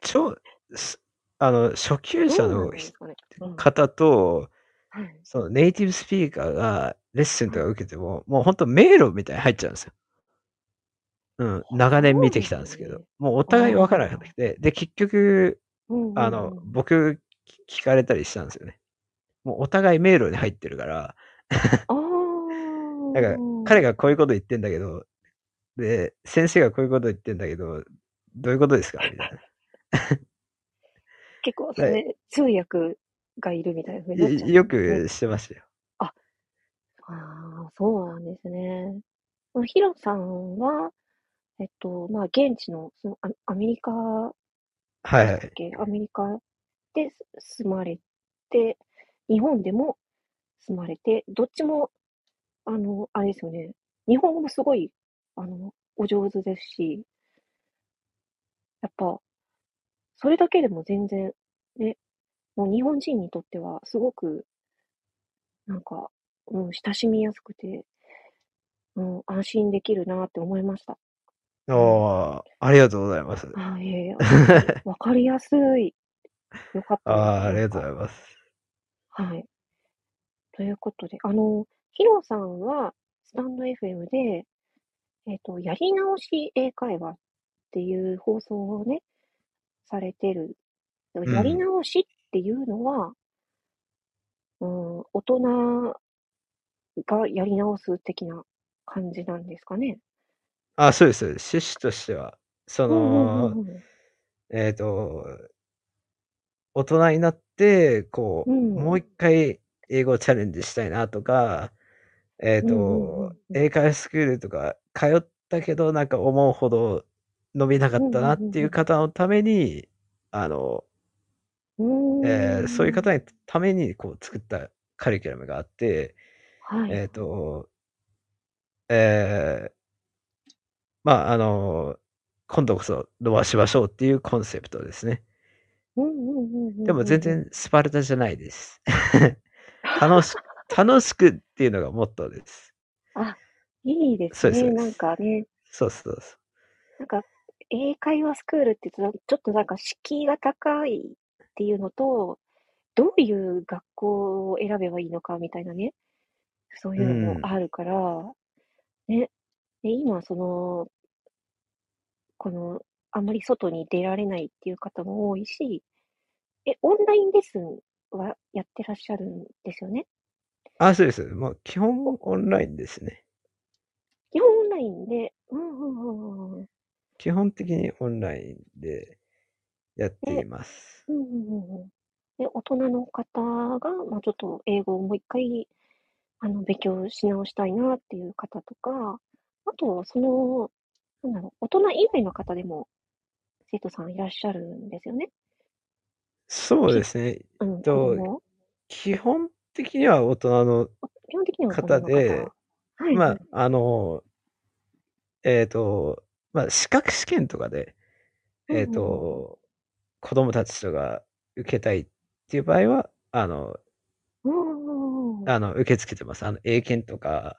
S2: 超、すあの、初級者
S1: どうなん
S2: の
S1: ですかね。うん
S2: 方と、
S1: はい
S2: そのネイティブスピーカーがレッスンとか受けても、もう本当迷路みたいに入っちゃうんですよ。うん、長年見てきたんですけ
S1: そう
S2: ど
S1: で、
S2: もうお互い分からなくて、で、結局、
S1: うんうんうん
S2: あの、僕、聞かれたりしたんですよね。もうお互い迷路に入ってるから、
S1: あ
S2: なんか
S1: ー
S2: 彼がこういうこと言ってんだけど、で、先生がこういうこと言ってんだけど、どういうことですかみたいな。
S1: 結構、それ、通訳がいる みたいな風になっちゃう
S2: いよくしてましたよ。
S1: ああ、そうなんですね。ヒロさんは、えっと、まあ、現地の、そのアアメリカ
S2: は
S1: で
S2: いは
S1: したっ
S2: い。
S1: け、アメリカで住まれて、日本でも住まれて、どっちも、あの、あれですよね。日本語もすごい、あの、お上手ですし、やっぱ、それだけでも全然、ね、もう日本人にとっては、すごく、なんか、うん、親しみやすくて、うん、安心できるなって思いました。
S2: おーありがとうございます。
S1: あいえいえ、 わかりやすい。よかったで
S2: あ
S1: す。
S2: あ、ありがとう
S1: なんか
S2: ございます。
S1: はい。ということで、あの、ヒロさんは、スタンド FM で、えっと、やり直し英会話っていう放送をね、されてる。でも
S2: うん
S1: やり直しっていうのは、うん、大人がやり直す的な感じなんですかね。
S2: あ、そうです。そうです趣旨としては、そ
S1: うんうん
S2: の、えっ、と、大人になって、こう、
S1: うん
S2: もう一回英語チャレンジしたいなとか、えっ、
S1: うんうんうんう
S2: と
S1: ん、
S2: 英会話スクールとか通ったけど、なんか思うほど伸びなかったなっていう方のために、あの、
S1: う
S2: えーそういう
S1: 方
S2: 方のためにこう作ったカリキュラムがあって、
S1: はい。
S2: えっ、と、えーまあ、あの、今度こそロアしましょうっていうコンセプトですね。
S1: うんうんうんうん
S2: でも全然スパルタじゃないです。 楽しく、楽しくっていうのがモットーです。
S1: いいで
S2: そ
S1: す
S2: うですそう
S1: ね。
S2: です
S1: なんかね、
S2: そうそうそう。
S1: なんか英会話スクールって言うとちょっとなんか敷居が高いっていうのと、どういう学校を選べばいいのかみたいなね、そういうのも
S2: うん
S1: あるから、ね、で今その、この、あんまり外に出られないっていう方も多いし、え、オンラインレッスンはやってらっしゃるんですよね。
S2: あ、そうです。もう基本オンラインですね。
S1: 基本オンラインで、うんうんうんうんうん。
S2: 基本的にオンラインでやっています。
S1: うんうんうんうんで、大人の方が、まあ、ちょっと英語をもう一回、あの、勉強し直したいなっていう方とか、あと、その、なんだろう、大人以外の方でも生徒さんいらっしゃるんですよね。
S2: そうですね。
S1: うん、
S2: と
S1: 子供
S2: 基本的には大人の
S1: 基本的には大人
S2: 方
S1: の
S2: で
S1: 方。はい、
S2: ま
S1: は
S2: あ
S1: い、
S2: あの、えっ、と、まあ、資格試験とかで、
S1: うんうん
S2: えっ、と、子供たちとか受けたいっていう場合は、あの、
S1: うんうんうんうん
S2: あの受け付けてます。あの、英検とか、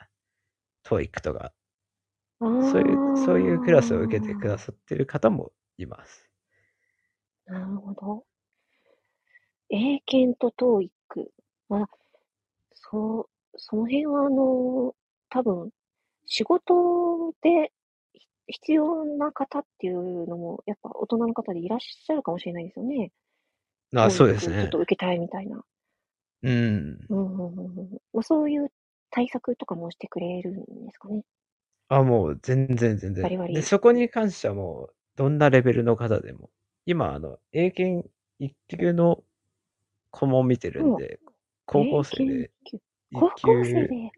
S2: TOEIC とか、そういう、そういうクラスを受けてく
S1: あ
S2: ださってる方もいます。
S1: ーなるほど。英検と TOEIC は、そう、その辺は、あの、多分、仕事でひ必要な方っていうのも、やっぱ大人の方でいらっしゃるかもしれないですよね。
S2: あ、そうで
S1: TOEIC
S2: す
S1: ちょっ
S2: ね
S1: と。受けたいみたいな。
S2: うん。
S1: うんうんうんうんまあ、そういう対策とかもしてくれるんですかね。
S2: あ、もう全然全然。
S1: バリバリ
S2: で、そこに関してはもう、どんなレベルの方でも。今、あの、英検一級の子も見てるんで、高校生で
S1: 英検
S2: 一
S1: 高校生
S2: 級、
S1: で、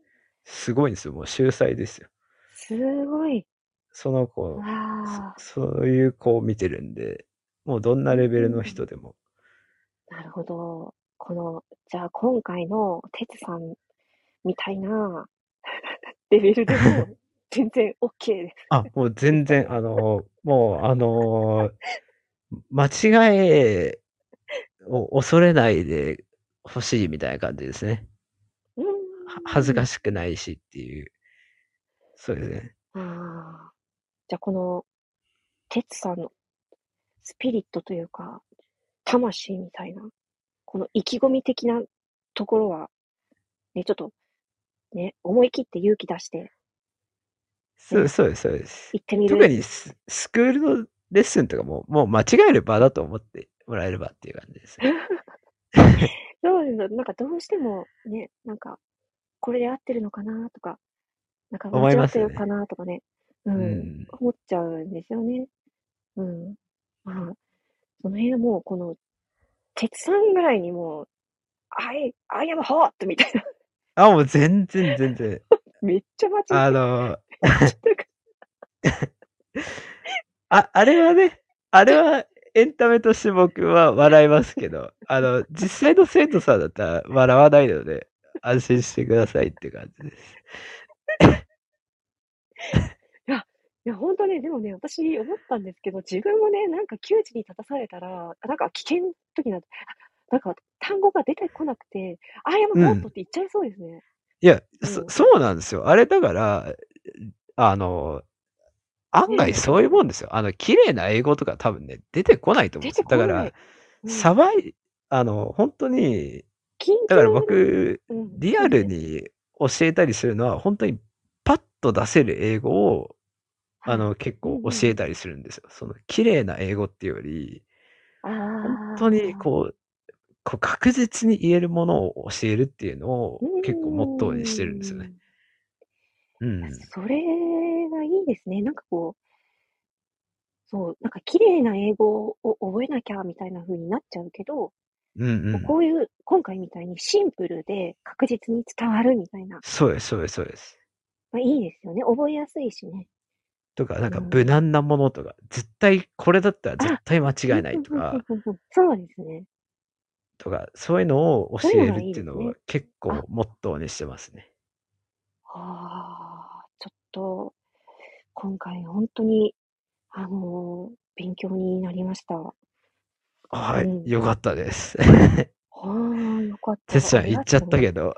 S2: すごいんですよ。もう秀才ですよ。
S1: すごい。
S2: その子、
S1: わあ、
S2: そそういう子を見てるんで、もうどんなレベルの人でも。
S1: なるほど。この、じゃあ今回のてつさんみたい なレベルでも全然 OK です。
S2: あ、もう全然、あの、もう、あの、間違いを恐れないでほしいみたいな感じですね。
S1: うん
S2: は恥ずかしくないしっていう。そうですね。
S1: ああ。じゃあこの、てつさんのスピリットというか、魂みたいな、この意気込み的なところは、ね、ちょっと、ね、思い切って勇気出して
S2: そうそうです、そうです。
S1: 行ってみる。
S2: 特にススクールのレッスンとかも、もう間違える場だと思ってもらえればっていう感じで すね。
S1: そうですよなんかどうしてもね、なんか、これで合ってるのかなとか、なんか
S2: 思
S1: 間
S2: い
S1: 違
S2: ま
S1: っ
S2: す
S1: て
S2: よ
S1: る
S2: ね
S1: かなとかね、う、
S2: うんん。
S1: 思っちゃうんですよね。うん。まあ、その辺はもう、この、鉄さんぐらいにもう、I, I am hot! みたいな、
S2: あ、もう全然全然。
S1: めっちゃ間違
S2: あ
S1: え
S2: の、
S1: てる。
S2: あ、あれはね、あれはエンタメとして僕は笑いますけど、あの、実際の生徒さんだったら笑わないので、安心してくださいって感じです。
S1: いや、本当ね、でもね、私思ったんですけど、自分もね、なんか窮地に立たされたら、なんか危険な時なんて、あなんか単語が出てこなくて、I am
S2: うん
S1: hot! って言っちゃいそうですね。
S2: いや、
S1: う
S2: そ
S1: ん
S2: そうなんですよ。あれだから、あの、案
S1: ねえ
S2: 外そういうもんですよ。あの、綺麗な英語とか多分ね、出てこないと思うん
S1: 出
S2: です
S1: て
S2: よ。
S1: こ
S2: だ
S1: な
S2: か
S1: い。
S2: ら、
S1: うん
S2: さばい、あの、本当に、
S1: 緊張
S2: だから
S1: がね
S2: 僕、
S1: うん
S2: リアル
S1: そうですね
S2: に教えたりするのは、本当にパッと出せる英語を、あの、結構教えたりするんですよ。その、綺麗な英語っていうより、本当にこう、こう確実に言えるものを教えるっていうのを
S1: う
S2: 結構モットーにしてるんですよね。。う
S1: うんん。それがいいですね。なんかこう、そう、なんか綺麗な英語を覚えなきゃみたいな風になっちゃうけど、
S2: うんうん。
S1: こういう、今回みたいにシンプルで確実に伝わるみたいな、
S2: そうです、そうです、そうです。
S1: まあ、いいですよね。覚えやすいしね。
S2: とか、なんか
S1: うん
S2: 無難なものとか、絶対これだったら絶対間違いない と
S1: うんうん
S2: か、
S1: うんうんそうですね。
S2: とか、そういうのを教えるっていうの
S1: そういうのがいいです
S2: を
S1: ね
S2: 結構
S1: あ
S2: モットーにしてますね。
S1: ああ、ちょっと、今回本当に、あのー勉強になりました。は
S2: は
S1: うん
S2: い、よかっ たです。
S1: あ、よかった。
S2: てっちゃん
S1: あり
S2: 言
S1: が
S2: っちゃっ
S1: とう
S2: たけど、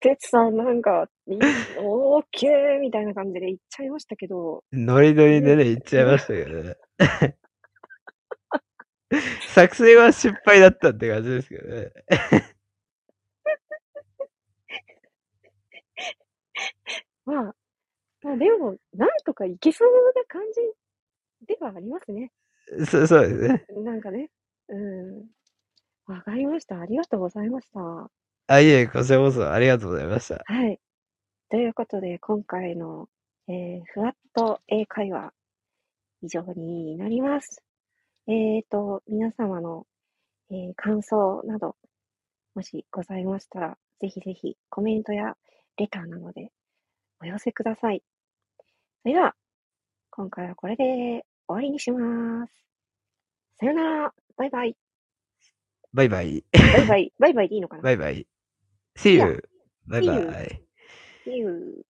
S1: てつさんなんか、いオーケーみたいな感じで言っちゃいましたけど、
S2: ノリノリでね、言っちゃいましたけ どね。作成は失敗だったって感じですけどね。
S1: まあ、まあでも、なんとかいけそうな感じではありますね。
S2: そうそうですね。
S1: なんかね。うん。わかりました。ありがとうございました。は
S2: あ、いえ、こちらこそありがとうございました。
S1: い。ということで、今回の、えーふわっと英会話、以上になります。えっ、と、皆様の、えー感想など、もしございましたら、ぜひぜひコメントやレターなどでお寄せください。それでは、今回はこれで終わりにします。さよならバイバイ
S2: バイバイ。
S1: バイバイ、バイバイでいいのかな
S2: バイバイ。See
S1: Yeah.
S2: you. バイ
S1: See
S2: バ
S1: you.
S2: イ。
S1: っていう。